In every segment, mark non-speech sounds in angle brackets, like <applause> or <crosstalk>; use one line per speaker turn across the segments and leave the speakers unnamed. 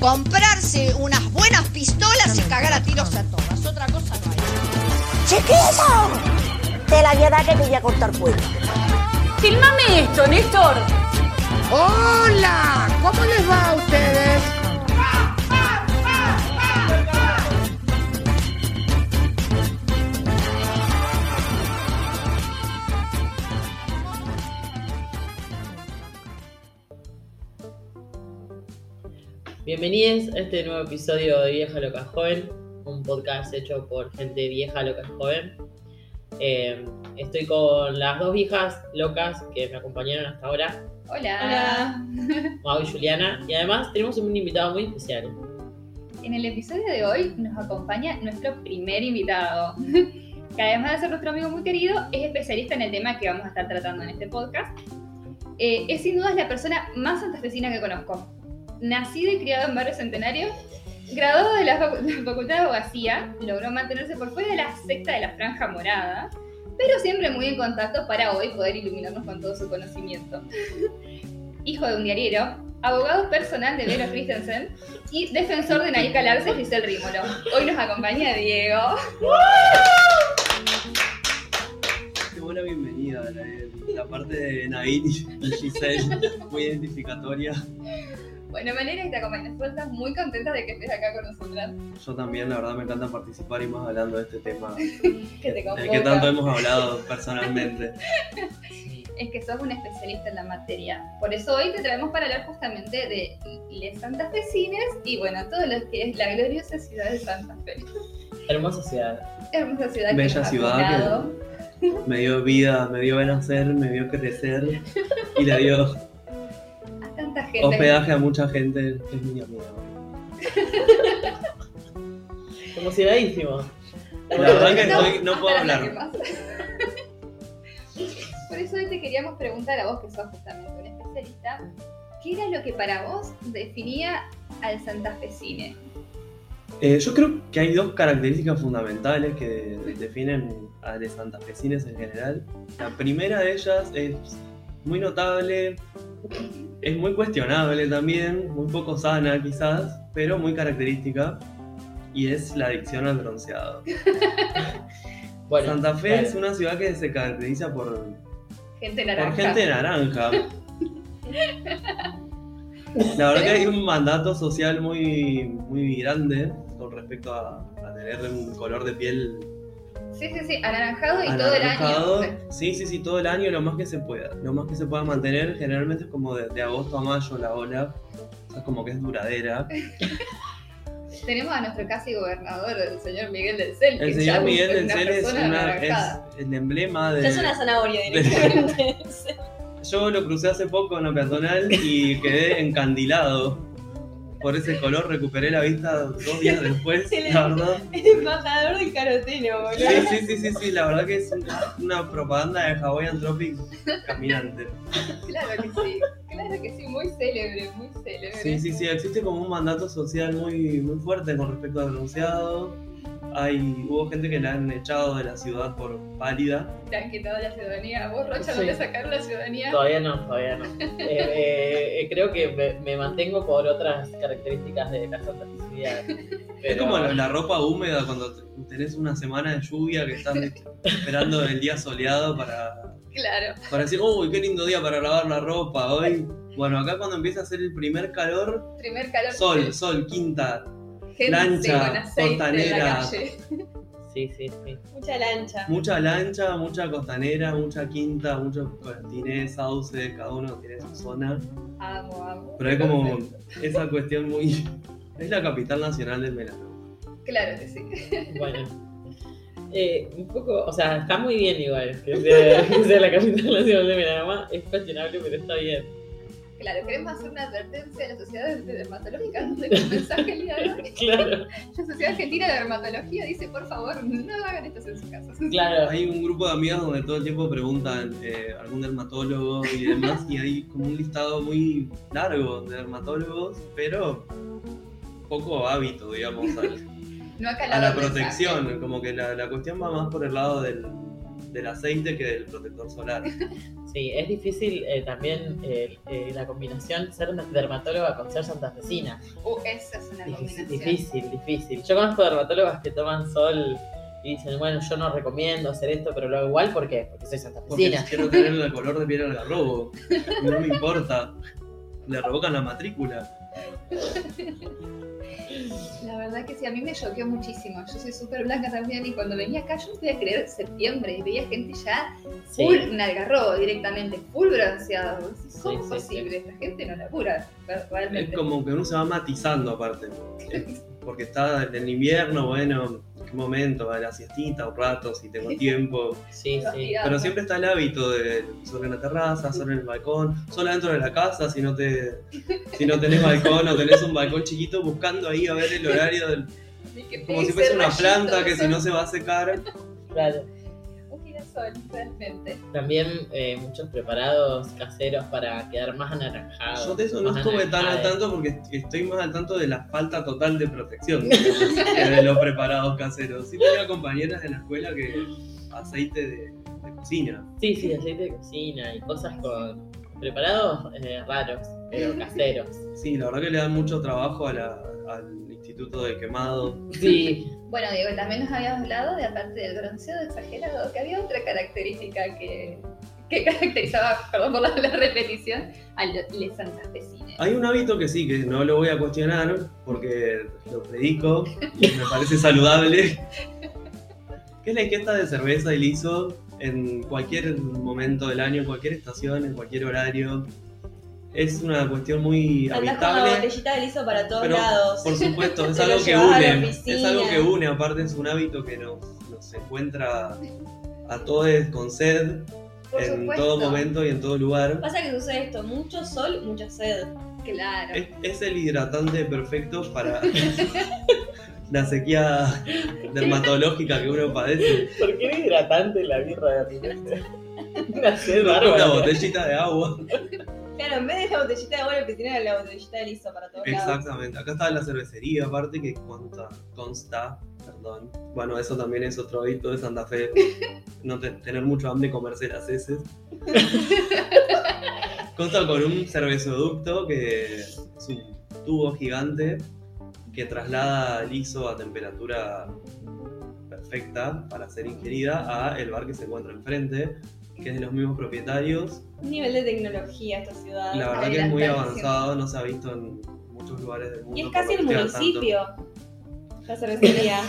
comprarse unas buenas pistolas y cagar a tiros a todas. Otra cosa no hay.
¡Chiquito! Te la voy a dar que te voy a cortar cuello.
Filmame esto, Néstor.
Hola, ¿cómo les va a ustedes?
Bienvenidos a este nuevo episodio de Vieja Loca Joven, un podcast hecho por gente vieja, loca y joven. Eh, estoy con las dos viejas locas que me acompañaron hasta ahora,
Hola.
Mau y Juliana, y además tenemos un invitado muy especial.
En el episodio de hoy nos acompaña nuestro primer invitado, <laughs> que además de ser nuestro amigo muy querido, es especialista en el tema que vamos a estar tratando en este podcast. Eh, es sin duda la persona más santafesina que conozco. Nacido y criado en Barrio Centenario, graduado de la facu- de <laughs> la Facultad de Abogacía, logró mantenerse por fuera de la secta de la Franja Morada, pero siempre muy en contacto para hoy poder iluminarnos con todo su conocimiento. <laughs> Hijo de un diariero, abogado personal de Vero Christensen, y defensor de Nayika Larces,
<laughs>
Giselle Rímolo. Hoy nos acompaña Diego.
Qué buena bienvenida, la, la parte de Nain y y Giselle, muy identificatoria.
Bueno, manera que te acompañas. Nosotros estamos muy contentas de que estés acá con nosotras.
Yo también, la verdad, me encanta participar y más hablando de este tema del
Que te
que tanto
convoca.
hemos hablado personalmente.
Es que sos un especialista en la materia. Por eso hoy te traemos para hablar justamente de Les Santas Vecines y bueno, todo lo que es la gloriosa ciudad de Santa Fe.
Hermosa ciudad.
Hermosa ciudad que
Bella
nos ha
ciudad
brindado.
que me dio vida, me dio nacer, me dio crecer y le dio
A tanta gente.
hospedaje a mucha gente que es mi amiga.
Emocionadísimo.
La verdad que
No,
estoy- no puedo
espera,
hablar.
¿qué pasa? <laughs> Por eso hoy te queríamos preguntar a vos, que sos justamente un especialista, ¿qué era lo que para vos definía al santafesine?
Eh, yo creo que hay dos características fundamentales que definen a los santafesines en general. La primera de ellas es muy notable, es muy cuestionable también, muy poco sana quizás, pero muy característica, y es la adicción al bronceado.
Bueno,
Santa Fe
claro.
es una ciudad que se caracteriza por,
Gente
por
naranja. <laughs>
gente naranja. La verdad que hay un mandato social muy, muy grande con respecto a, a tener un color de piel
Sí, sí, sí, anaranjado y todo
anaranjado.
el año.
Sí, sí, sí, todo el año lo más que se pueda. Lo más que se pueda mantener generalmente es como de, de agosto a mayo la ola. O sea, es como que es duradera.
Tenemos a nuestro casi gobernador, el señor Miguel del Cel.
El
que
señor
ya
Miguel
es
del Cel es,
persona
una-
anaranjada.
es el emblema de...
Ya es una zanahoria directamente.
<laughs> Yo lo crucé hace poco en la peatonal y quedé encandilado por ese color. Recuperé la vista dos días
<laughs>
después,
Se le-
la verdad.
Es matador de caroteno,
Sí,
boludo.
sí, sí, sí, sí, la verdad que es una- una propaganda de Hawaiian Tropic
<laughs>
caminante.
Claro que sí, claro que sí, muy célebre, muy célebre.
Sí, sí, sí, existe como un mandato social muy, muy fuerte con respecto al denunciado. Hay, hubo gente que la han echado de la ciudad por pálida.
Te han quitado la ciudadanía. Vos, Rocha,
Sí.
no te sacaron la ciudadanía.
Todavía no, todavía no. Eh, eh, eh, creo que me, me mantengo por otras características de la Santa Fe.
Es como la, la ropa húmeda cuando te- tenés una semana de lluvia que estás esperando el día soleado para,
Claro.
para decir, uy, qué lindo día para lavar la ropa hoy. Bueno, acá cuando empieza a hacer el primer calor,
Primer calor.
sol, sol, quinta.
gente
lancha,
con aceite en
costanera.
la calle.
Sí, sí, sí.
Mucha lancha.
Mucha lancha, mucha costanera, mucha quinta, muchos colatines, sauces, cada uno tiene su zona.
Amo, amo.
Pero hay como esa cuestión muy... Es la capital nacional del verano.
Claro que sí.
Bueno. Eh, un poco, o sea, está muy bien igual que sea, <laughs> que sea la capital nacional de Miramar. Es cuestionable, pero está bien. <laughs>
Claro, queremos hacer una advertencia a la Sociedad Dermatológica donde con mensaje el día de hoy.
Claro,
La Sociedad Argentina de Dermatología dice, por favor, no hagan esto en sus casas.
claro.
Hay un grupo de amigas donde todo el tiempo preguntan eh, algún dermatólogo y demás, y hay como un listado muy largo de dermatólogos, pero poco hábito, digamos, al-
No ha
a
calado
la
el mensaje.
protección. Como que la, la cuestión va más por el lado del, del aceite que del protector solar.
Sí, es difícil eh, también eh, eh, la combinación ser una dermatóloga con ser santafesina.
Uh, esa es una
Difícil,
combinación.
difícil, difícil. Yo conozco dermatólogas que toman sol y dicen, bueno, yo no recomiendo hacer esto, pero lo hago igual ¿por qué? porque soy
Porque
santafesina.
quiero tener el color de piel al garrobo. No me importa. Le revocan la matrícula.
La verdad que sí, a mí me choqueó muchísimo. Yo soy súper blanca también y cuando venía acá yo no podía creer septiembre y veía gente ya
Sí.
full nalgarrobo directamente, full bronceado. Decís, ¿Cómo
Sí,
es
sí,
posible? Esta gente no labura, ver-
Es
realmente.
como que uno se va matizando aparte. Es Porque está en el invierno, bueno, ¿qué momento? A la siestita, un rato, si tengo tiempo.
Sí,
Los
sí.
días,
Pero
¿no?
siempre está el hábito de sol en la terraza, sol en el balcón, sol adentro de la casa, si no te si no tenés balcón o tenés un balcón chiquito, buscando ahí a ver el horario del,
Ni que
como
pegue
si fuese
ese
una
rayito
planta
de
que si
sol.
no se va a secar.
Claro.
Un girasol, realmente.
También eh, muchos preparados caseros para quedar más anaranjados.
Yo de eso no
más
estuve tan al
anaranjados.
tanto porque estoy más al tanto de la falta total de protección que de los preparados caseros. Sí tenía compañeras en la escuela que aceite de, de cocina.
Sí, sí, aceite de cocina y cosas con preparados eh, raros, pero <laughs> caseros.
Sí, la verdad que le dan mucho trabajo a la- al instituto de quemado.
Sí,
Bueno, Diego, también nos habíamos hablado de aparte del bronceado exagerado, que había otra característica que, que <laughs> caracterizaba, perdón por la, la repetición, a los les santafesines.
Hay un hábito que sí, que no lo voy a cuestionar porque lo predico y me parece saludable. Que es la ingesta de cerveza y liso en cualquier momento del año, en cualquier estación, en cualquier horario. Es una cuestión muy
Andás con la
habitable.
botellita de liso para todos
Pero,
lados.
Por supuesto, es
Te lo
algo que
llevas a la
une. Es
oficina.
algo que une, aparte es un hábito que nos, nos encuentra a todos con sed
Por
en
supuesto.
todo momento y en todo lugar.
Pasa que sucede esto, mucho sol, mucha sed.
Claro.
Es, es el hidratante perfecto para <laughs> la sequía dermatológica que uno padece.
¿por qué era hidratante la birra de repente? <laughs> Una sed
Una
bárbara.
botellita de agua.
Claro, en vez de la botellita de agua de piscina, la botellita de liso para todos lados.
Exactamente. Acá está la cervecería, aparte que consta, consta, perdón. Bueno, eso también es otro hábito de Santa Fe. No te- tener mucho hambre y comerse las heces. consta con un cervezoducto que es un tubo gigante que traslada liso a temperatura perfecta para ser ingerida a el bar que se encuentra enfrente, que es de los mismos propietarios
Un nivel de tecnología esta ciudad.
la verdad que es muy
Adelantadísimo.
avanzado, no se ha visto en muchos lugares del mundo.
y es
por lo
casi el
que sea tanto.
municipio. La
<laughs>
cervecería.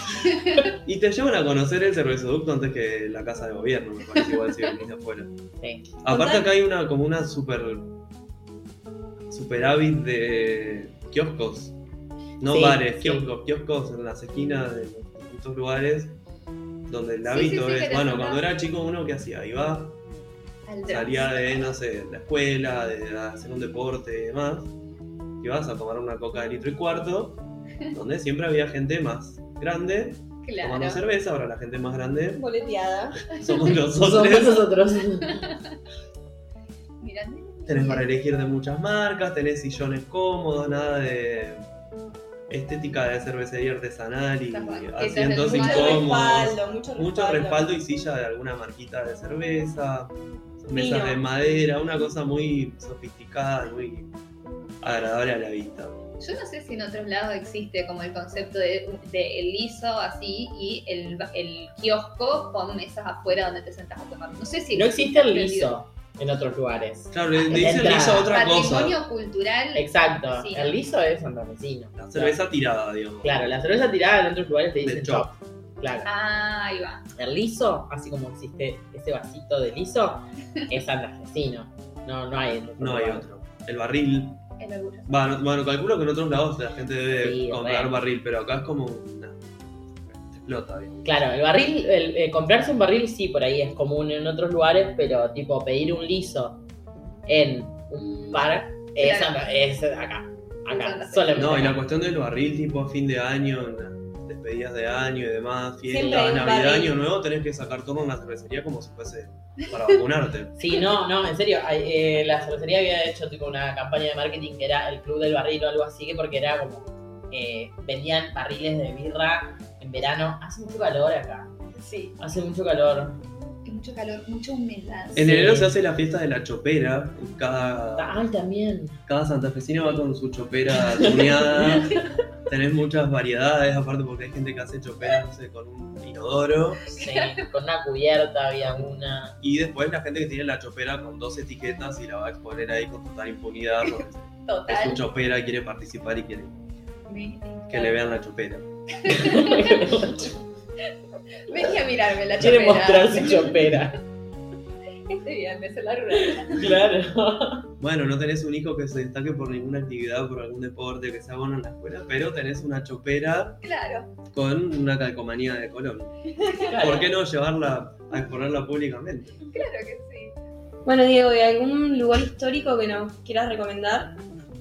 Y te llevan a conocer el cervezoducto antes que la casa de gobierno, me parece igual si venís de afuera.
Sí.
Aparte
Contá-
acá hay una como una super superávit de kioscos. No
Sí,
bares,
sí.
kioscos, kioscos en las esquinas de los distintos lugares donde el
Sí, sí,
hábito
sí, que
es,
te
bueno,
sentás.
cuando era chico uno que hacía, iba,
al
salía de, no sé, la escuela, de hacer un deporte y demás, ibas a tomar una coca de litro y cuarto, donde siempre había gente más grande
bronce.
tomando
Claro.
cerveza, ahora la gente más
<laughs>
grande
Boleteada.
Somos
somos nosotros.
nosotros.
Mirá,
Tenés para elegir de muchas marcas, tenés sillones cómodos, nada de estética de cervecería artesanal y
Está bueno.
asientos
Entonces,
Mucho
incómodos.
respaldo, mucho respaldo.
Mucho respaldo y silla de alguna marquita de cerveza, mesas
Vino.
de madera, una cosa muy sofisticada y muy agradable a la vista.
Yo no sé si en otros lados existe como el concepto de, de el liso así y el, el kiosco con mesas afuera donde te sentás a tomar. No sé si
No existe el liso en otros lugares.
Claro,
Ah,
le, le
la
dicen liso
entrada.
otra cosa.
Patrimonio cultural.
Exacto.
Sí.
El liso es santafesino.
La cerveza tirada, digamos.
Claro, la cerveza tirada en otros lugares te
De
dicen
chop.
chop. Claro.
Ah, ahí va.
El liso, así como existe ese vasito de liso, es santafesino. No, no hay. en otro
No hay
lugar.
otro. El barril.
En algunos.
Va, no- Bueno, calculo que en otros lados la gente debe
Sí,
comprar
re.
barril, pero acá es como una. te explota, digamos.
Claro, el barril, el, eh, comprarse un barril sí, por ahí es común en otros lugares, pero tipo pedir un liso en un bar es,
Claro.
acá- es acá,
Santa
acá,
Fe.
solamente.
No, y la
acá.
cuestión del barril, tipo fin de año, en las despedidas de año y demás,
Siempre hay
fiesta,
un
Navidad,
barril.
año nuevo, tenés que sacar turno en la cervecería como si fuese para vacunarte.
Sí, no, no, en serio, hay, eh, la cervecería había hecho tipo una campaña de marketing que era el club del barril o algo así, que porque era como, eh, vendían barriles de birra en verano, hace mucho calor acá,
Sí.
hace mucho calor,
Es mucho calor, mucha humedad.
En
Sí.
enero se hace la fiesta de la chopera. y Cada,
Ay,
<laughs>
también.
cada santafesino va con su chopera tuneada. Tenés muchas variedades, aparte porque hay gente que hace choperas no sé, con un inodoro.
Sí, con una cubierta había una.
<laughs>
<laughs>
Y después la gente que tiene la chopera con dos etiquetas y la va a exponer ahí con total impunidad. porque Es
Total.
su chopera, quiere participar y quiere
Me-
que le vean la chopera.
Vení a mirarme la
Quiere
chopera.
mostrar
<laughs>
su chopera.
Estoy bien, me sé la rueda.
Claro.
Bueno, no tenés un hijo que se destaque por ninguna actividad, por algún deporte, que sea bueno en la escuela, pero tenés una chopera
Claro.
con una calcomanía de Colón. ¿Por qué no llevarla a exponerla públicamente?
Claro que sí.
Bueno, Diego, ¿y algún lugar histórico que nos quieras recomendar?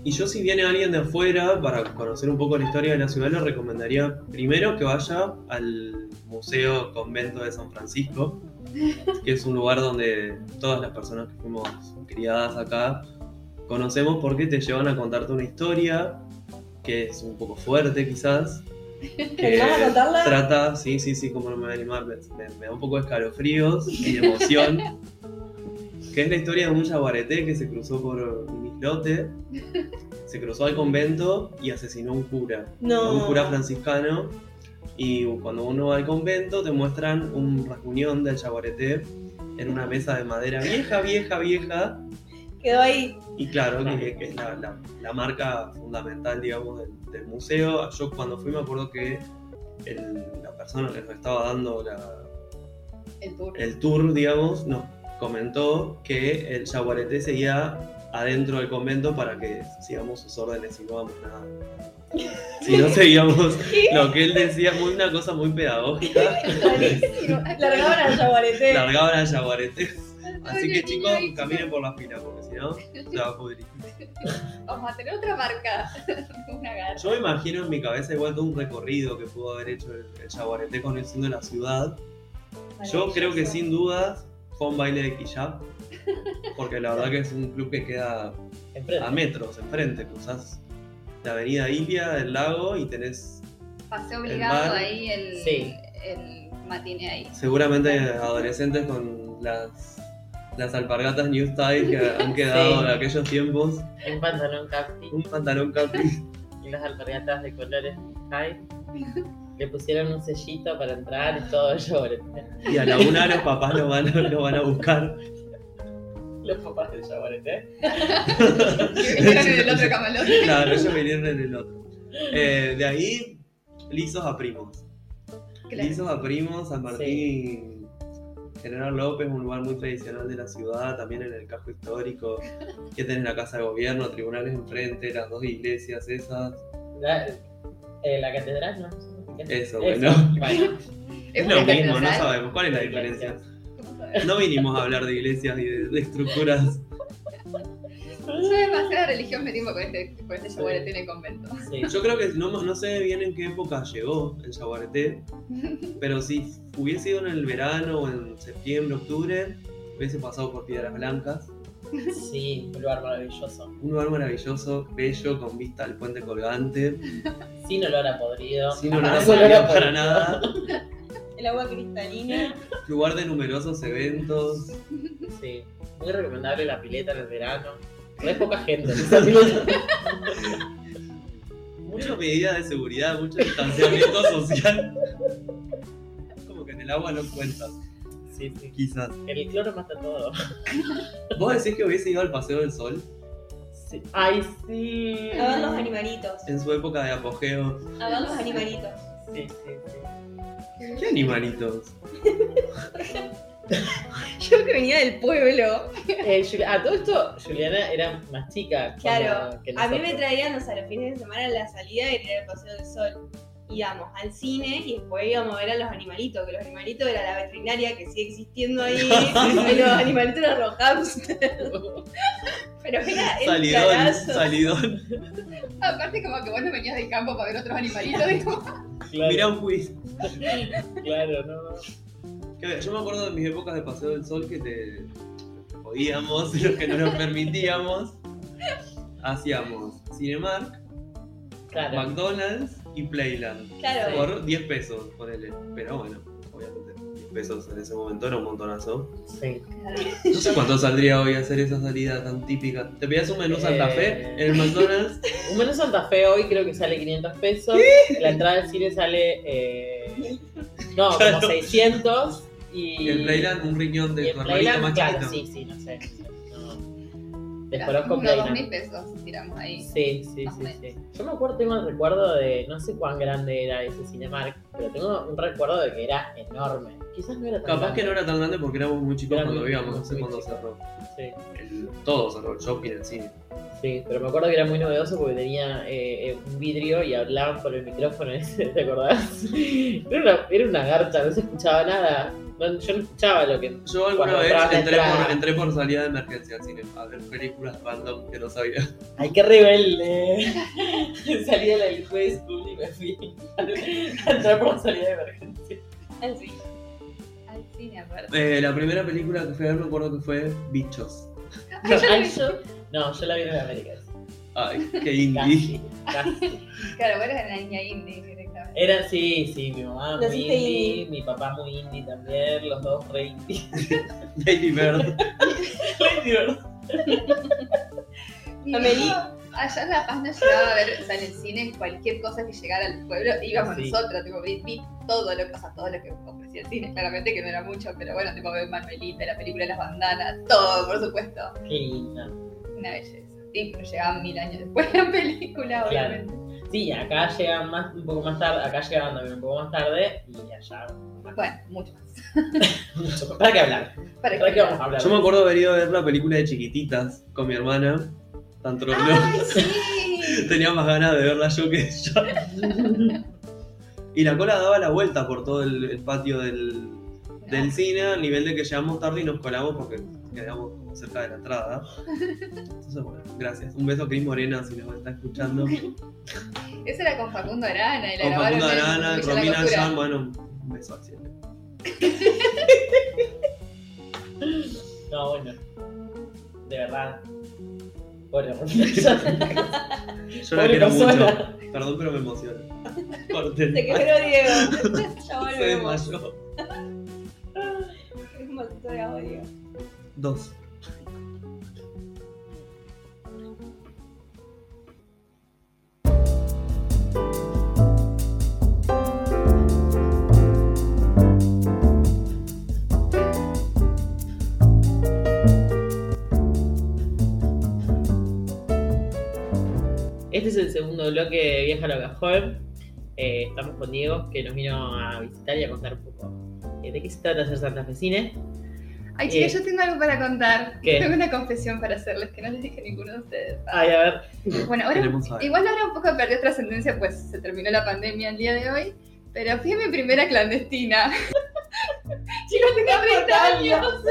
Y yo si viene alguien de afuera para conocer un poco la historia de la ciudad, le recomendaría primero que vaya al Museo Convento de San Francisco, que es un lugar donde todas las personas que fuimos criadas acá conocemos porque te llevan a contarte una historia que es un poco fuerte quizás.
¿Te
Eh,
animás a contarla?
Trata, sí, sí, sí, como no me voy a animar, me, me- me da un poco de escalofríos y de emoción. que es la historia de un yaguareté que se cruzó por un islote, se cruzó al convento y asesinó a un cura, a un
No.
cura franciscano. Y cuando uno va al convento te muestran un rasguñón del yaguareté en una mesa de madera vieja, vieja, vieja.
Quedó
<laughs>
ahí.
Y claro, que, que es la, la- la marca fundamental, digamos, del, del museo. Yo cuando fui me acuerdo que el- la persona que nos estaba dando la,
El tour.
el tour, digamos, nos comentó que el yaguareté seguía adentro del convento para que sigamos sus órdenes y no hagamos nada. Si no seguíamos lo que él decía, muy- una cosa muy pedagógica,
<laughs> Largaban al yaguareté.
largaban al yaguareté. Así que
Pobre
chicos,
niño.
caminen por la fila, porque si no, se va a pudrir.
Vamos a tener otra marca. <laughs> Una garra.
Yo me imagino en mi cabeza igual todo un recorrido que pudo haber hecho el, el yaguareté conociendo la ciudad. Yo creo que sin dudas fue un baile de Quillap, porque la verdad que es un club que queda a metros enfrente, cruzás la avenida Ilia del lago y tenés
Paseo obligado
bar.
ahí el,
Sí.
el matiné ahí.
seguramente adolescentes con las, las alpargatas New Style que han quedado
Sí.
de aquellos tiempos,
Un pantalón cacti
un pantalón capi.
y las alpargatas de colores high. Le pusieron un sellito para entrar y todo yo.
y a la una los papás lo van, a- lo van a buscar.
Los papás de Yaguareté.
Que vinieron en el otro camalote.
Claro, ellos vinieron en el otro. Eh, de ahí, lisos a primos.
Claro.
Lisos a primos, San Martín
Sí.
y General López, un lugar muy tradicional de la ciudad, también en el casco histórico, que tenés la casa de gobierno, tribunales enfrente, las dos iglesias esas.
La, eh, la catedral, ¿no?
Eso, bueno.
Bueno,
Es
una
lo mismo,
catedral.
no sabemos cuál es la diferencia. No vinimos a hablar de iglesias y de, de estructuras.
Yo demasiada religión me tiempo con este, con este
Sí.
yaguareté en el convento.
sí.
Yo creo que no, no sé bien en qué época llegó el Yaguareté, pero si hubiese sido en el verano o en septiembre, octubre, hubiese pasado por Piedras Blancas.
Sí, un lugar maravilloso.
Un lugar maravilloso, bello, con vista al puente colgante,
Sin olor a podrido.
sin olor a
Jamás olor a
salida
podrido.
para nada,
El agua cristalina.
lugar de numerosos eventos.
Sí, muy recomendable la pileta en el verano. No hay poca gente en
<laughs>
esa pileta.
Muchas medidas de seguridad, mucho distanciamiento social. Como que en el agua no cuentas,
Sí, sí.
quizás.
El cloro mata todo.
¿Vos decís que hubiese ido al Paseo del Sol
Sí. Ay, sí.
A ver los animalitos.
en su época de apogeo?
A ver los animalitos.
Sí, sí, sí.
¿Qué animalitos?
Yo que venía del pueblo.
Eh, Juli- a todo esto, Juliana era más chica. cuando-
Claro,
que
a mí me
nosotros.
traían, o sea, los fines de semana la salida y era el paseo del sol. Íbamos al cine y después íbamos a ver a los animalitos, que los animalitos era la veterinaria que sigue existiendo ahí, y los animalitos eran los hamsters. <laughs> Pero era el
Salidón,
cagazo.
salidón.
Aparte como que vos no venías del campo para ver otros
<laughs>
animalitos. y como-
Claro,
Mirá un quiz.
claro, no.
Que Yo me acuerdo de mis épocas de Paseo del Sol que te que podíamos, los que no nos permitíamos. Hacíamos Cinemark,
Claro.
McDonald's y Playland.
Claro,
Por 10 pesos, ponele. Pero bueno, obviamente. pesos en ese momento, era
<laughs>
un montonazo.
Sí.
No sé cuánto saldría hoy hacer esa salida tan típica. Te pedías un menú Santa Fe
Eh.
en
<laughs>
el McDonald's.
Un menú Santa Fe hoy creo que sale 500 pesos. La entrada al cine sale. eh, no,
Claro.
como 600. Y,
Y en Playland un riñón
y
de
en
tu hermanita
Playland,
más
claro,
chiquita.
sí, sí, no sé. no.
Unos
Desconozco
dos mil
Playland.
pesos tiramos ahí.
Sí, sí,
Más o
sí, sí. Yo me acuerdo, tengo un recuerdo de. No sé cuán grande era ese Cinemark, pero tengo un recuerdo de que era enorme. Quizás no era tan
Capaz que no era tan grande porque éramos muy chicos
Era
cuando
muy-
íbamos, no sé
muy
cuándo
chicos.
cerró.
Sí.
El- todo cerró, el shopping, el cine.
Sí, pero me acuerdo que era muy novedoso porque tenía eh, eh, un vidrio y hablaban por el micrófono ese, <laughs> ¿te acordás? Era una, era una garcha, no se escuchaba nada. No, yo no escuchaba lo que...
Yo alguna
Cuando
vez
entraba la
entré por,
entrada.
entré por salida de emergencia al cine a ver películas random que no sabía. <laughs>
¡Ay, qué rebelde! <laughs> salí de la del juez y me <laughs> fui a entrar por salida de emergencia.
Así.
Al cine, aparte.
Eh, la primera película que fui a ver me acuerdo que fue Bichos.
Ay, yo la
Ay,
vi.
yo... No, yo la vi en las Américas.
Ay, qué indie.
<laughs>
<laughs>
Casi, casi.
Claro, bueno, era la niña indie directamente.
Era, sí, sí, mi mamá muy
Naciste
indie,
indie.
mi papá muy indie también, los dos re indie. <laughs>
Lady Bird.
Re divertido.
Eh,
Mi
Amelie.
viejo Allá en La Paz no llegaba a ver, o sea, en el cine cualquier cosa que llegara al pueblo, íbamos
Sí.
nosotros, tipo, vi, vi todo lo que, o sea, todo lo que ofrecía el cine, claramente que no era mucho, pero bueno, tipo, ver Marmelita, la película de las bandanas, todo, por supuesto,
Qué linda.
una belleza. Sí, pero llegaban mil años después la película,
Claro.
obviamente.
Sí, acá llegan más, un poco más tarde, acá llegaban también un poco más tarde y allá <laughs>
Bueno, mucho más.
mucho más. ¿Para qué hablar?
Para
¿Para qué
que
vamos a hablar?
Yo me acuerdo haber ido a ver la película de Chiquititas con mi hermana. Tanto no-
Ah.
Sí.
<laughs> tenía más ganas de verla yo que <laughs> ella. Y la cola daba la vuelta por todo el, el patio del, del cine, a nivel de que llegamos tarde y nos colamos porque quedamos como cerca de la entrada. Entonces, bueno, gracias. Un beso a Cris Morena si nos
<laughs>
está escuchando.
Esa era con Facundo Arana, y la
Con
grabaron
Facundo
en
Arana,
Villa La
Romina
Costura.
Yan, bueno, un beso al cielo.
<laughs> No, bueno. De verdad. Pobre Romina.
Yo la
Pobre
quiero
persona.
mucho. Perdón, pero
<laughs>
me emociona.
Se
Corten.
quebró Diego. ya
Se
volvemos.
desmayó.
Es un maldito de
<laughs>
audio.
Dos.
<laughs>
<laughs>
Este es el segundo bloque de Viaja a lo Cajón. Eh, estamos con Diego, que nos vino a visitar y a contar un poco eh, de qué se trata hacer Santa Fe Cine.
Ay, chicas,
Eh.
yo tengo algo para contar.
¿Qué?
Tengo una confesión para hacerles que no les dije a ninguno de ustedes.
Ay, a ver.
Bueno, ahora
Queremos saber.
Igual ahora un poco perdió trascendencia, pues se terminó la pandemia el día de hoy, pero fui a mi primera clandestina. <laughs> Chicos, tenía 30 años.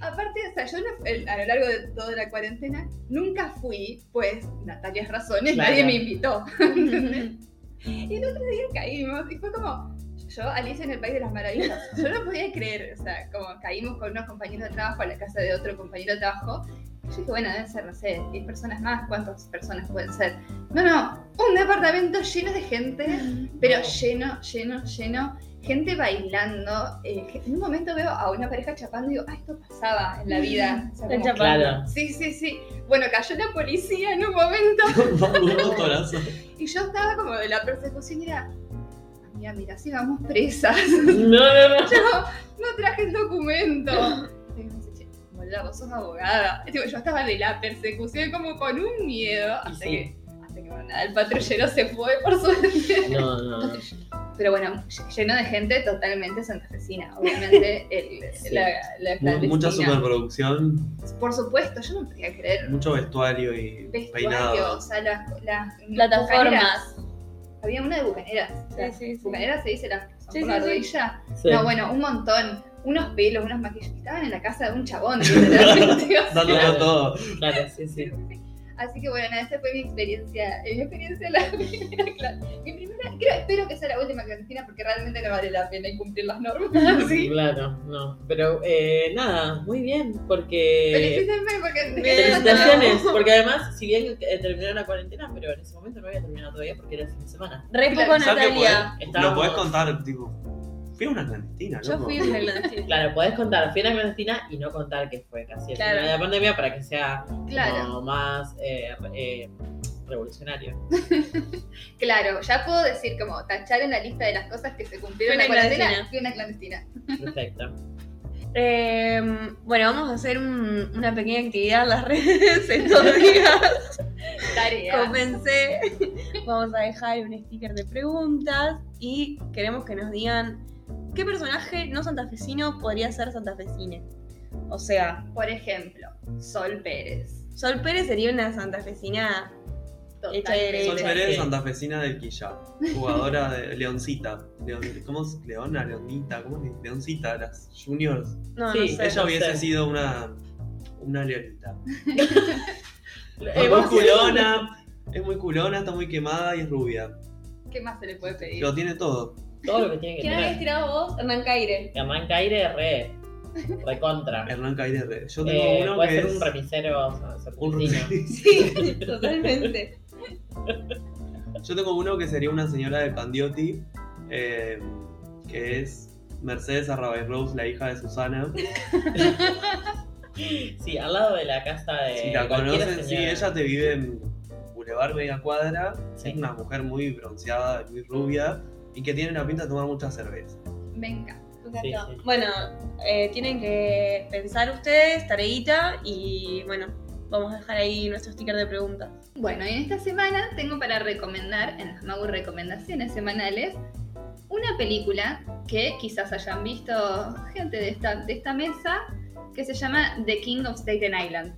Aparte, o sea, yo no- el- a lo largo de toda la cuarentena nunca fui, pues, Natalias razones,
Claro.
nadie me invitó. ¿entendés? y el otro día caímos y fue como, yo, Alicia en el País de las Maravillas, <laughs> yo no podía creer, o sea, como caímos con unos compañeros de trabajo a la casa de otro compañero de trabajo yo dije, bueno, deben ser, no sé, 10 personas más, ¿cuántas personas pueden ser? No, no, un departamento lleno de gente, pero lleno, lleno, lleno, gente bailando. eh, gen- en un momento veo a una pareja chapando y digo, ah, esto pasaba en la vida. O
<laughs>
sea, como-
Claro.
sí, sí, sí. Bueno, cayó la policía en un momento
Un motorazo.
y yo estaba como de la persecución y era, mira, mira, si vamos presas.
No, no, no.
Yo <laughs> no traje el documento. Y me dice, "Che, boluda, vos sos abogada. Y digo, yo estaba de la persecución como con un miedo.
Y
Hasta
sí.
que, hasta que bueno, nada, el patrullero se fue, por suerte.
No, no,
<laughs>
no.
Pero bueno, ll- lleno de gente totalmente santafesina. <laughs> Obviamente, el,
Sí.
la, la
Mu- Mucha
clandestina.
superproducción,
Por supuesto, yo no podía creer.
mucho vestuario y
Vestuario, o
peinado.
sea, las, las bucaneras.
Plataformas.
Había una de bucaneras.
Sí, sí, sí.
Bucaneras se dice las que son
Sí,
por
sí,
la
sí.
rodilla.
Sí.
No, bueno, un montón. Unos pelos, unos maquillajes. Estaban en la casa de un chabón, <laughs> literalmente. o sea.
Dándolo
Claro.
todo.
Claro, sí, sí.
Así que bueno, nada, esa fue mi experiencia. eh, Mi experiencia, la <laughs> primera cla- Mi primera, creo, espero que sea la última clandestina porque realmente no vale la pena incumplir las normas. <laughs> ¿sí?
Claro, no. Pero eh, nada, muy bien, porque.
Felicítenme porque.
Felicitaciones, porque además, si bien eh, terminó la cuarentena, pero en ese momento no había terminado todavía porque era el fin de semana.
Re
Claro.
poco
¿Sabes qué
Natalia.
podés- Lo
Estábamos-
podés contar, tipo, Fui a una clandestina,
Yo
loco.
fui una clandestina.
Claro, podés contar fiesta clandestina y no contar que fue casi el
Claro.
final de la pandemia para que sea
Claro,
como más eh, eh, revolucionario.
claro. Ya puedo decir como tachar en la lista de las cosas que se cumplieron en
Fui
la
una
cuarentena.
clandestina.
Fui una clandestina.
Perfecto.
<laughs>
Eh, bueno, vamos a hacer un- una pequeña actividad en las <laughs> redes estos <laughs> días.
Tarea.
Comencé. Vamos a dejar un sticker de preguntas y queremos que nos digan qué personaje no santafesino podría ser santafesine. O sea,
Por ejemplo, Sol Pérez.
Sol Pérez sería una santafesina Hecha y derecha.
Sol
Sí.
Pérez, santafesina del Quilla, jugadora de Leoncita. Leon- ¿Cómo es? Leona, Leonita, ¿cómo es? Leoncita, las juniors.
No,
Sí,
no sé.
Ella
no
hubiese
sé.
sido una, una leonita.
Eh,
Es muy
vos-
<laughs>
culona, es muy culona, está muy quemada y es rubia.
¿Qué más se le puede pedir?
Lo tiene todo.
todo lo que tiene que
¿Quién habías
este-
tener.
tirado vos? Hernán Caire.
Que amanca aire re,
<laughs>
re contra.
Hernán Caire. Yo tengo
Eh,
uno
puede
que
ser
es
un remisero o sea,
un
serpentino.
<laughs>
Sí, totalmente.
Yo tengo uno que sería una señora de Pandiotti, eh, que es Mercedes Arrabay Rose, la hija de Susana.
Sí, al lado de la casa de.
Si la
cualquier
conocen, sí,
señora.
ella te vive en Boulevard Media Cuadra.
Sí.
Es una mujer muy bronceada, muy rubia y que tiene la pinta de tomar mucha cerveza.
Me encanta.
Sí,
Exacto.
sí.
Bueno, eh, tienen que pensar ustedes, tareita, y bueno, vamos a dejar ahí nuestro sticker de <laughs> preguntas.
Bueno, y en esta semana tengo para recomendar, en las Magu Recomendaciones Semanales, una película que quizás hayan visto gente de esta, de esta mesa, que se llama The King of Staten Island.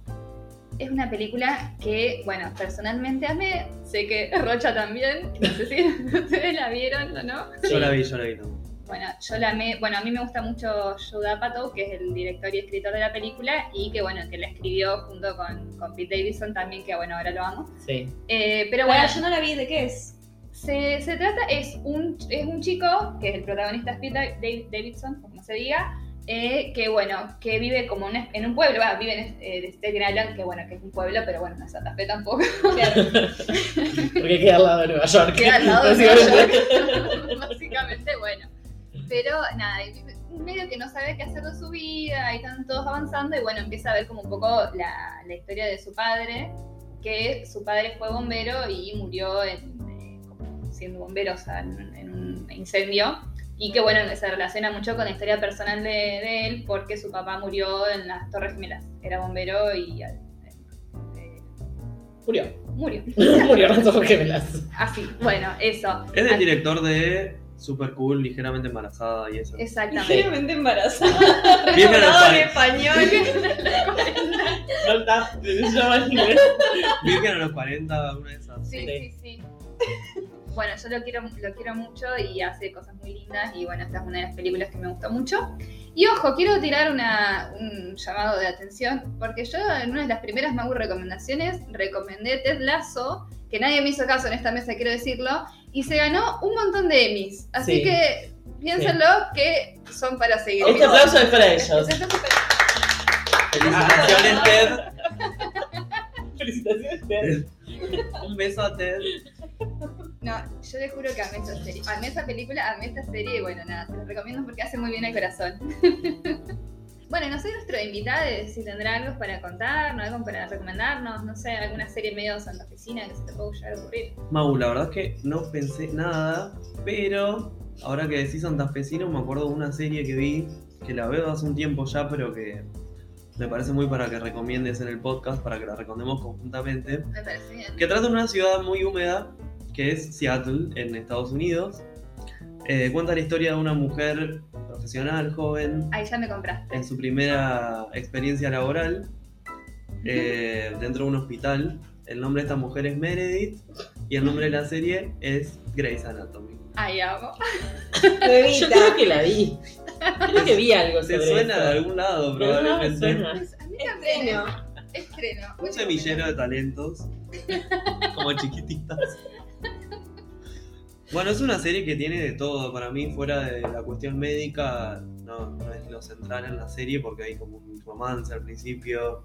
Es una película que, bueno, personalmente amé, sé que <laughs> Rocha también, no sé si <laughs> ustedes la vieron o no.
Sí.
Yo la vi, yo la vi. también.
Bueno, yo la amé, bueno, a mí me gusta mucho Joe D'Apato, que es el director y escritor de la película, y que, bueno, que la escribió junto con, con Pete Davidson también, que, bueno, ahora lo amo.
Sí.
Eh, pero bueno,
Bueno, Ah, yo no la vi, ¿de qué es?
se, se trata, es un, es un chico, que es el protagonista es Pete Da- Dav- Davidson, como se diga, eh, que bueno, que vive como una- en un pueblo, va, vive en eh, de Staten Island, que bueno, que es un pueblo, pero bueno, no es Santa Fe tampoco.
Porque queda al lado de Nueva York.
queda al lado de Nueva
Básicamente.
York. <laughs> Básicamente, bueno. Pero nada, y medio que no sabe qué hacer de su vida, y están todos avanzando, y bueno, empieza a ver como un poco la, la historia de su padre, que su padre fue bombero y murió en, eh, como siendo bombero, o sea, en, en un incendio. Y que bueno, que se relaciona mucho con la historia personal de, de él, porque su papá murió en las Torres Gemelas. Era bombero y eh, eh,
<laughs> Murió. <laughs>
murió.
Murió las dos gemelas.
Así, bueno, eso.
Es el
Así-
director de Super Cool, ligeramente embarazada y eso.
Exactamente.
Ligeramente embarazada.
Bien
Hablado en
embarazada.
español.
No está. <laughs> Se llama el nivel.
Virgen a los 40, una de esas.
Sí, sí, sí. Bueno, yo lo quiero, lo quiero mucho y hace cosas muy lindas y bueno, esta es una de las películas que me gusta mucho. Y ojo, quiero tirar una, un llamado de atención porque yo en una de las primeras Magu recomendaciones recomendé Ted Lasso, que nadie me hizo caso en esta mesa, quiero decirlo, y se ganó un montón de Emmys. Así
Sí.
que piénsenlo que son para seguir.
Este
<laughs>
aplauso es para ellos.
Entonces,
Ah. Felicitaciones, Ted.
Felicitaciones, Ted.
Un beso a Ted.
No, yo les juro que amé esta serie. Amé esa película, amé esta serie y bueno, nada, se los recomiendo porque hace muy bien al corazón. <laughs> bueno, no sé nuestro invitado si tendrá algo para contarnos, algo para recomendarnos, no sé, alguna serie medio Santa Oficina que se te pueda llegar a ocurrir.
Mau, la verdad es que no pensé nada, pero ahora que decís santafesino me acuerdo de una serie que vi, que la veo hace un tiempo ya, pero que me parece muy para que recomiendes en el podcast, para que la recomendemos conjuntamente,
Me parece bien.
que trata de una ciudad muy húmeda, que es Seattle, en Estados Unidos. Eh, cuenta la historia de una mujer profesional, joven,
Ahí ya me compraste.
en su primera experiencia laboral eh, dentro de un hospital. El nombre de esta mujer es Meredith y el nombre de la serie es Grey's Anatomy.
Ahí amo.
Yo
Bebita.
creo que la vi. Creo que vi algo.
Se
sobre
suena
esto.
de algún lado,
De algún lado me
probablemente.
suena.
Pues, a mí también.
Estreno.
Estreno.
Un semillero de talentos, como chiquititas. Bueno, es una serie que tiene de todo. Para mí, fuera de la cuestión médica, no, no es lo central en la serie porque hay como un romance al principio.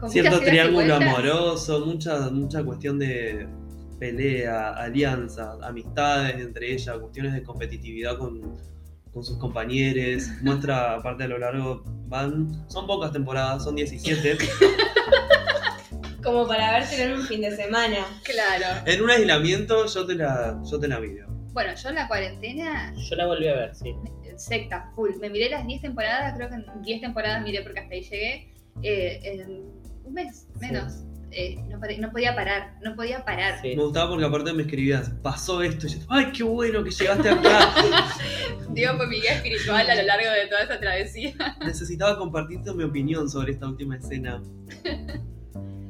Con
cierto
muchas idas y
triángulo
vueltas.
amoroso, mucha, mucha cuestión de pelea, alianzas, amistades entre ellas, cuestiones de competitividad con, con sus compañeros. Muestra, aparte a lo largo, van. Son pocas temporadas,
<laughs>
son 17.
Como para ver tener un fin de semana.
Claro.
En un aislamiento, yo te la, yo te la video.
Bueno, yo en la cuarentena,
Yo la volví a ver, sí.
secta, full. Me miré las 10 temporadas, creo que en 10 temporadas miré porque hasta ahí llegué. eh, en un mes, menos. Eh, no, paré- no podía parar, no podía parar.
sí.
Me gustaba porque, aparte, me escribías, pasó esto. Y yo, ¡ay, qué bueno que llegaste
<laughs>
acá!
Digo, fue mi guía espiritual a lo largo de toda esa travesía.
Necesitaba compartirte mi opinión sobre esta
<laughs>
última escena.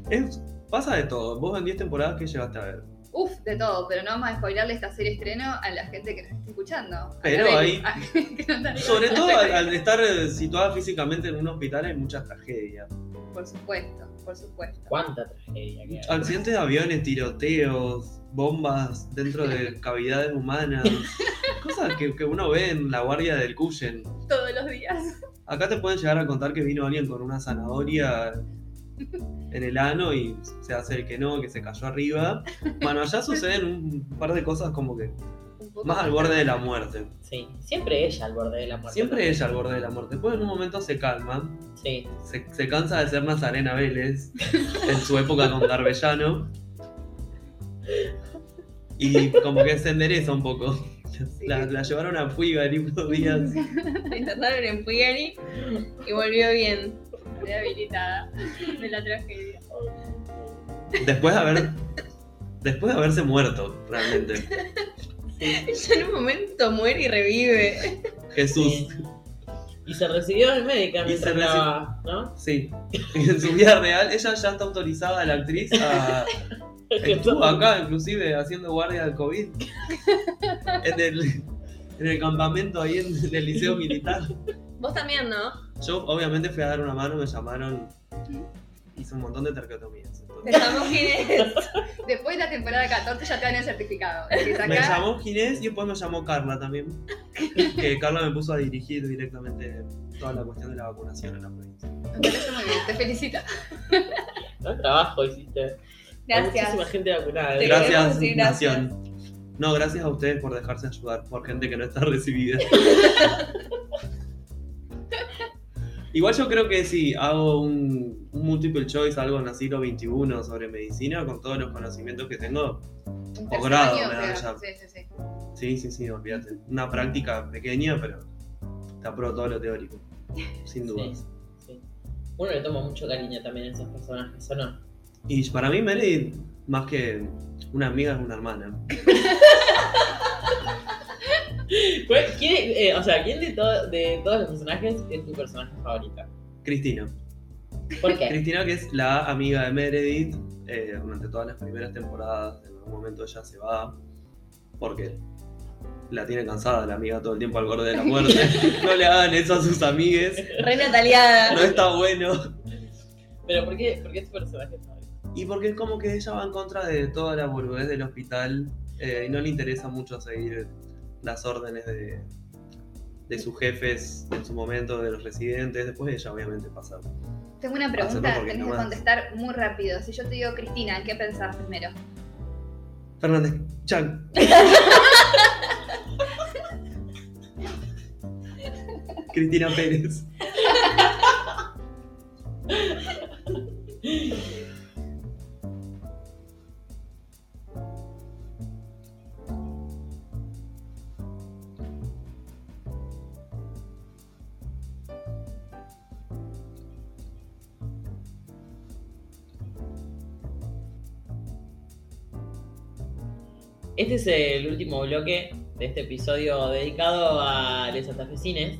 Es- pasa de todo. Vos en 10 temporadas que llegaste a ver.
<laughs> Uf, de todo, pero no vamos a spoilarle esta serie estreno a la gente que nos está escuchando. A la
Pero
Belu,
ahí-
<laughs> a- que no está-
Sobre
<laughs>
todo al, al estar eh, situada físicamente en un hospital hay muchas tragedias.
Por supuesto, por supuesto.
Cuánta tragedia que hay.
Accidentes de aviones, tiroteos, bombas dentro
<laughs>
de cavidades humanas. Cosas que, que uno ve en la guardia del Cuyen.
Todos los días.
Acá te pueden llegar a contar que vino alguien con una
<laughs>
zanahoria en el ano y se hace el que no, que se cayó arriba. Bueno, allá suceden un par de cosas como que
Un poco
más al borde de la muerte.
Sí. Siempre ella al borde de la muerte.
Siempre ella al borde de la muerte. Después en un momento se calma.
Sí.
se, se cansa de ser Nazarena Vélez en su época con Garbellano. Y como que se endereza un poco. La, la llevaron a Puigari unos días.
La internaron en Puigari y volvió bien. <laughs>
Rehabilitada de la tragedia.
Después de haber. Después de haberse muerto, realmente.
Ella en un momento muere y revive.
Jesús,
Y se recibió de médica
Y
mientras
se reci-
estaba, ¿no?
sí. En su vida real, ella ya está autorizada, la actriz, a. Estuvo acá, inclusive, haciendo guardia del COVID. En el, en el campamento ahí en- en el liceo militar.
Vos también, ¿no?
Yo obviamente fui a dar una mano, me llamaron, hice un montón de tarqueotomías. entonces.
<laughs> Pensamos quién es.
Después de la temporada 14 ya te dan el certificado. Decís
Me
acá,
llamó Ginés y después me llamó Carla
<laughs>
también. Que Carla me puso a dirigir directamente toda la cuestión de la vacunación en la provincia.
me parece muy bien, te felicito.
Buen trabajo hiciste. Hay
Gracias.
muchísima gente vacunada. ¿eh?
Sí. queremos
Gracias,
decir gracias.
Nación. No, gracias a ustedes por dejarse ayudar por gente que no está
<laughs>
recibida. Igual yo creo que si hago un, un multiple choice, algo en el siglo XXI sobre medicina, con todos los conocimientos que tengo,
Un
Posgrado,
tercer año,
me dan
o sea,
ya.
sí, sí, sí.
Sí, sí, sí, olvídate. Una práctica pequeña, pero te apruebo todo lo teórico. Sin dudas.
Sí. Uno le toma mucho cariño también a esos personajes, ¿o no?
Y para mí, Mary, más que una amiga, es una hermana.
¿Cuál- ¿Quién, eh, o sea, ¿quién de, to- de todos los personajes es tu personaje favorito?
Cristina.
¿Por
<laughs>
qué?
Cristina, que es la amiga de Meredith, eh, durante todas las primeras temporadas, en algún momento ella se va porque la tiene cansada la amiga todo el tiempo al borde de la muerte. No le hagan eso a sus amigues,
Reina taliada.
no está bueno.
¿Pero por qué, por qué es tu personaje favorito?
Y porque es como que ella va en contra de toda la boludez del hospital eh, y no le interesa mucho seguir las órdenes de, de sus jefes en su momento, de los residentes. Después ella obviamente pasa.
Tengo una
Hacerlo
pregunta,
porque
tenés
no
que
vas.
contestar muy rápido. Si yo te digo Cristina, ¿qué pensás primero? <laughs>
Fernández, Chan. Cristina Pérez.
Este es el último bloque de este episodio dedicado a los santafesines.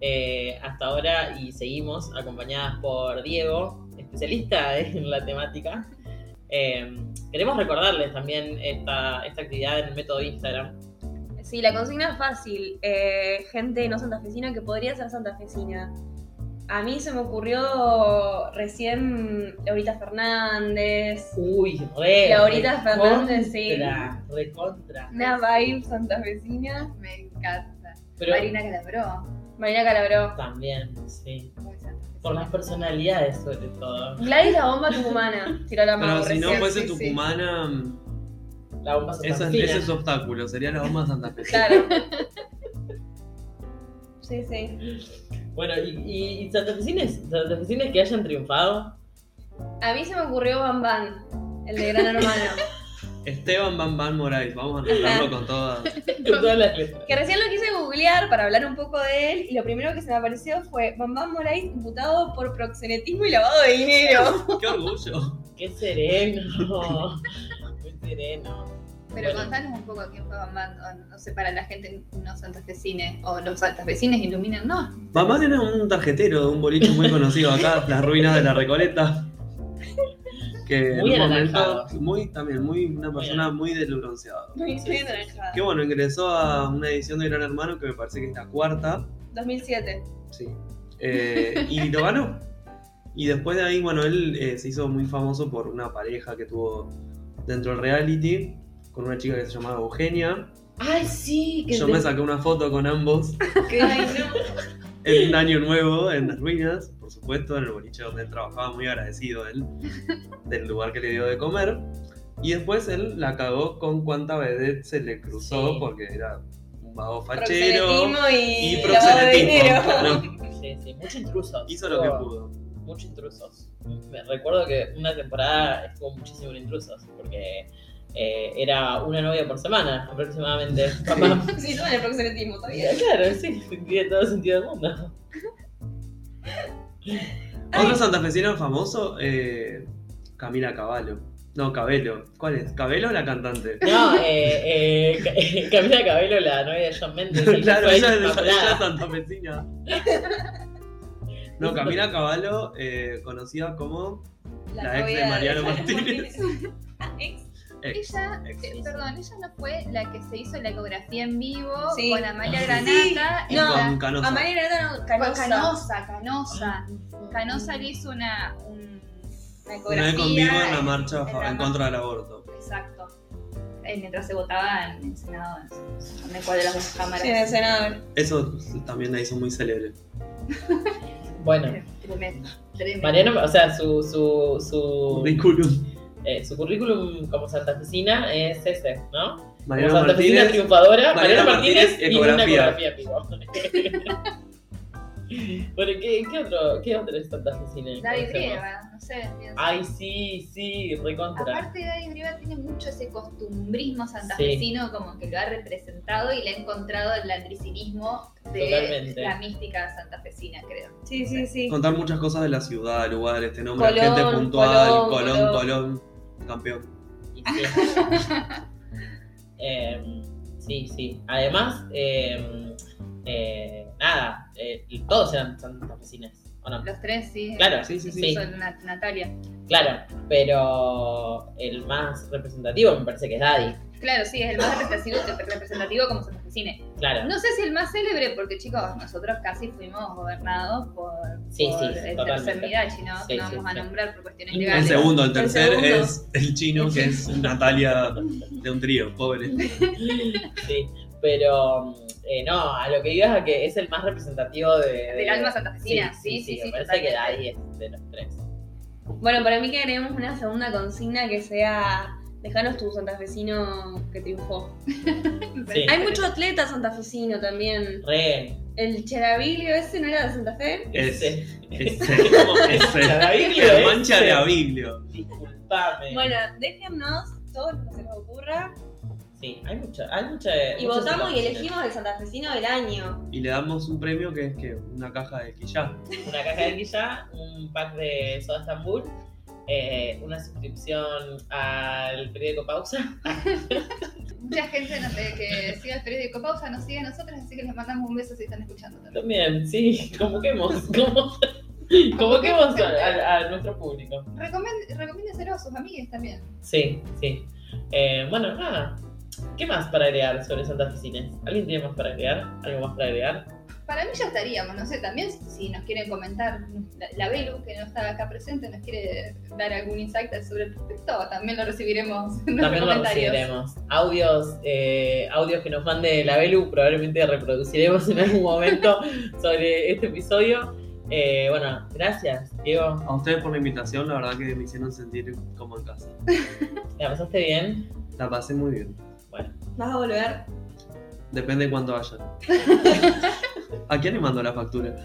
Eh, hasta ahora y seguimos acompañadas por Diego, especialista <laughs> en la temática. Eh, queremos recordarles también esta, esta actividad en el método Instagram.
Sí, la consigna es fácil. Eh, gente no santafesina que podría ser santafesina. A mí se me ocurrió recién Laurita Fernández.
Uy, re.
Y ahorita Fernández, sí.
recontra, Recontra.
Una vibe santafesina.
Me encanta.
Pero
Marina Calabró,
Marina Calabró.
también, sí.
muy santa.
Por las personalidades, sobre todo.
Gladys la bomba tucumana. Tiró la mano
Pero si no
recién.
fuese
sí, sí.
Tucumana,
La bomba
eso-
santafesina.
ese es su obstáculo, sería la bomba Santa Fe.
Claro. Sí, sí.
Bueno, y, y, y santafesines, santafesines que hayan triunfado.
A mí se me ocurrió Bam Bam, el de Gran Hermano.
Esteban Van Van Morais, vamos
<laughs>
a anotarlo con todas.
Con todas las letras.
que recién lo quise googlear para hablar un poco de él y lo primero que se me apareció fue Bam Bam Morais imputado por proxenetismo y lavado de dinero.
¡Qué orgullo!
Qué sereno. <laughs> Muy sereno.
Pero
Bueno.
contanos un poco a quién fue Bambán, o no sé, para la gente no santafesines, o los santafesines iluminan, no.
Mamá era un tarjetero de un boliche muy conocido
<laughs>
acá, las ruinas de la Recoleta. Que en
Muy
un
anaranjado.
momento, muy, también, muy, una persona muy del bronceado.
Muy bien, naranjada.
Que bueno, ingresó a una edición de Gran Hermano que me parece que es la cuarta.
2007.
Sí. Eh, y lo ganó. Y después de ahí, bueno, él eh, se hizo muy famoso por una pareja que tuvo dentro del reality con una chica que se llamaba Eugenia.
Ay, sí. Que
Yo
te-
me saqué una foto con ambos
Ay,
en un año nuevo, en las ruinas, por supuesto, en el boliche donde él trabajaba, muy agradecido
<laughs>
él del lugar que le dio de comer. Y después él la cagó con cuánta vedette se le cruzó
Sí.
porque era un vago fachero
Proxenetismo y,
y
lavado de
proxenetismo.
<laughs>
dinero.
claro.
Sí, sí, muchos intrusos.
hizo lo que
Hubo
pudo.
Muchos intrusos. Me recuerdo que una temporada estuvo muchísimo en intrusos, porque eh, era una novia por semana,
<laughs>
aproximadamente. Papá.
Sí, todo en el proxenetismo, está bien.
claro, sí, tiene todo sentido del mundo.
Otro santafesino famoso, eh, Camila Caballo. No, Cabello. ¿Cuál es? ¿Cabello o la
<laughs>
cantante? <laughs>
No, eh, eh, Ca- Camila Cabello, la novia de John Mendes. el que
claro,
fue
ella es de ella
inmaculada.
es
<laughs>
santafesina. No, Camila Caballo, eh, conocida como la, ex
novia
de Mariano
Mariano
Martínez.
Ex.
Ex,
Ella,
ex.
eh, perdón, ella no fue la que se hizo la ecografía en vivo
Sí.
con Amalia
Sí.
Granata.
Y
en
No,
la-
con Canosa.
Amalia Granata no,
Fue Canosa,
Canosa.
Canosa. Canosa le hizo una, un- una
Ah. Una
ecografía.
vez conmigo en la marcha
en
fa-
la
en
marcha.
contra del aborto.
Exacto. Eh, mientras se votaba en el Senado, no sé, no me acuerdo las dos cámaras.
Sí, de senador.
Eso también la hizo muy célebre.
Bueno,
Tremendo, Eh, tremendo.
Mariano, o sea, su, su,
<laughs>
su,
Curriculum.
eh, su currículum como santafesina es ese, ¿no? Como
Mariano
santafesina
Martínez.
triunfadora,
Mariano
Mariano Martínez,
Martínez,
y una
ecografía.
ecografía, pico. <laughs> bueno, ¿qué, qué otro, qué otro es santafesina?
Daddy
Conocemos.
Brieva, no sé. pienso.
Ay, sí, sí, recontra.
Aparte, Daddy Brieva tiene mucho ese costumbrismo santafesino, como que lo ha representado y le ha encontrado el landricinismo de
Totalmente.
la mística santafesina, creo.
Sí, sí, sí.
Contar muchas cosas de la ciudad, lugares, este nombre,
Colón,
gente puntual,
Colón,
Colón, Colón, campeón.
Y sí. Em, sí, sí. Además, em, eh, nada, eh, y todos eran santafesinas, ¿o no?
Los tres, sí.
Claro,
Sí, sí, sí.
sí.
Son Nat- Natalia.
Claro, pero el más representativo me parece que es Daddy.
Claro, sí, es el más representativo, representativo como santafesine. <laughs>
Claro,
No sé si el más célebre, porque chicos, nosotros casi fuimos gobernados por,
Sí,
por
sí,
el
totalmente.
tercer Mirachi, ¿no?
Sí,
que no
sí,
vamos a
sí.
nombrar por cuestiones
El
El
legales.
segundo, el
El
tercer
segundo.
es el chino, que es Natalia de un trío, pobre.
sí. Pero eh, no, a lo que ibas a que es el más representativo de,
Del alma santafesina, sí, sí,
me
sí,
parece que
totalmente.
Daddy es de los tres.
Bueno, para mí que agreguemos una segunda consigna que sea dejanos tu santafesino que triunfó.
Sí.
Hay mucho atleta santafesino también.
Re,
El Cherabilio ese no era de Santa Fe.
Ese.
ese. <laughs>
Ese.
La
Ese.
Biblia,
La
ese.
mancha de Avilio.
Disculpame.
Bueno, déjennos todo lo que se nos ocurra
Sí, hay mucho, hay mucha.
y
muchas
votamos y
opciones.
elegimos el santafesino del año.
Y le damos un premio que es que una caja de quillá.
Una caja de quilla, un pack de soda Estambul, eh, una suscripción al periódico Pausa. <laughs>
Mucha gente no sé, que sigue el periódico Pausa nos sigue a nosotros, así que les mandamos un beso si están escuchando también.
También, sí, convoquemos, <laughs> convo- convoquemos a, a- a nuestro público.
Recomen- Recomiéndenselo a sus amigues también.
Sí, sí. Eh, bueno, nada. ¿Qué más para agregar sobre Santa Oficinas? ¿Alguien tiene más para agregar? ¿Algo más para agregar?
Para mí ya estaríamos, no sé, también si nos quieren comentar, la, la Belu, que no está acá presente, nos quiere dar algún insight sobre el prospecto, también lo recibiremos en los
También lo
comentarios.
recibiremos. Audios, eh, audios que nos mande la Belu, probablemente reproduciremos en algún momento sobre este episodio. Eh, bueno, gracias, Diego.
A ustedes por la invitación, la verdad que me hicieron sentir como en casa.
¿La pasaste bien?
La pasé muy bien.
¿Vas a volver?
Depende de cuándo vayan. ¿A quién le mandó la factura?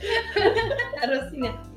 A Rosina.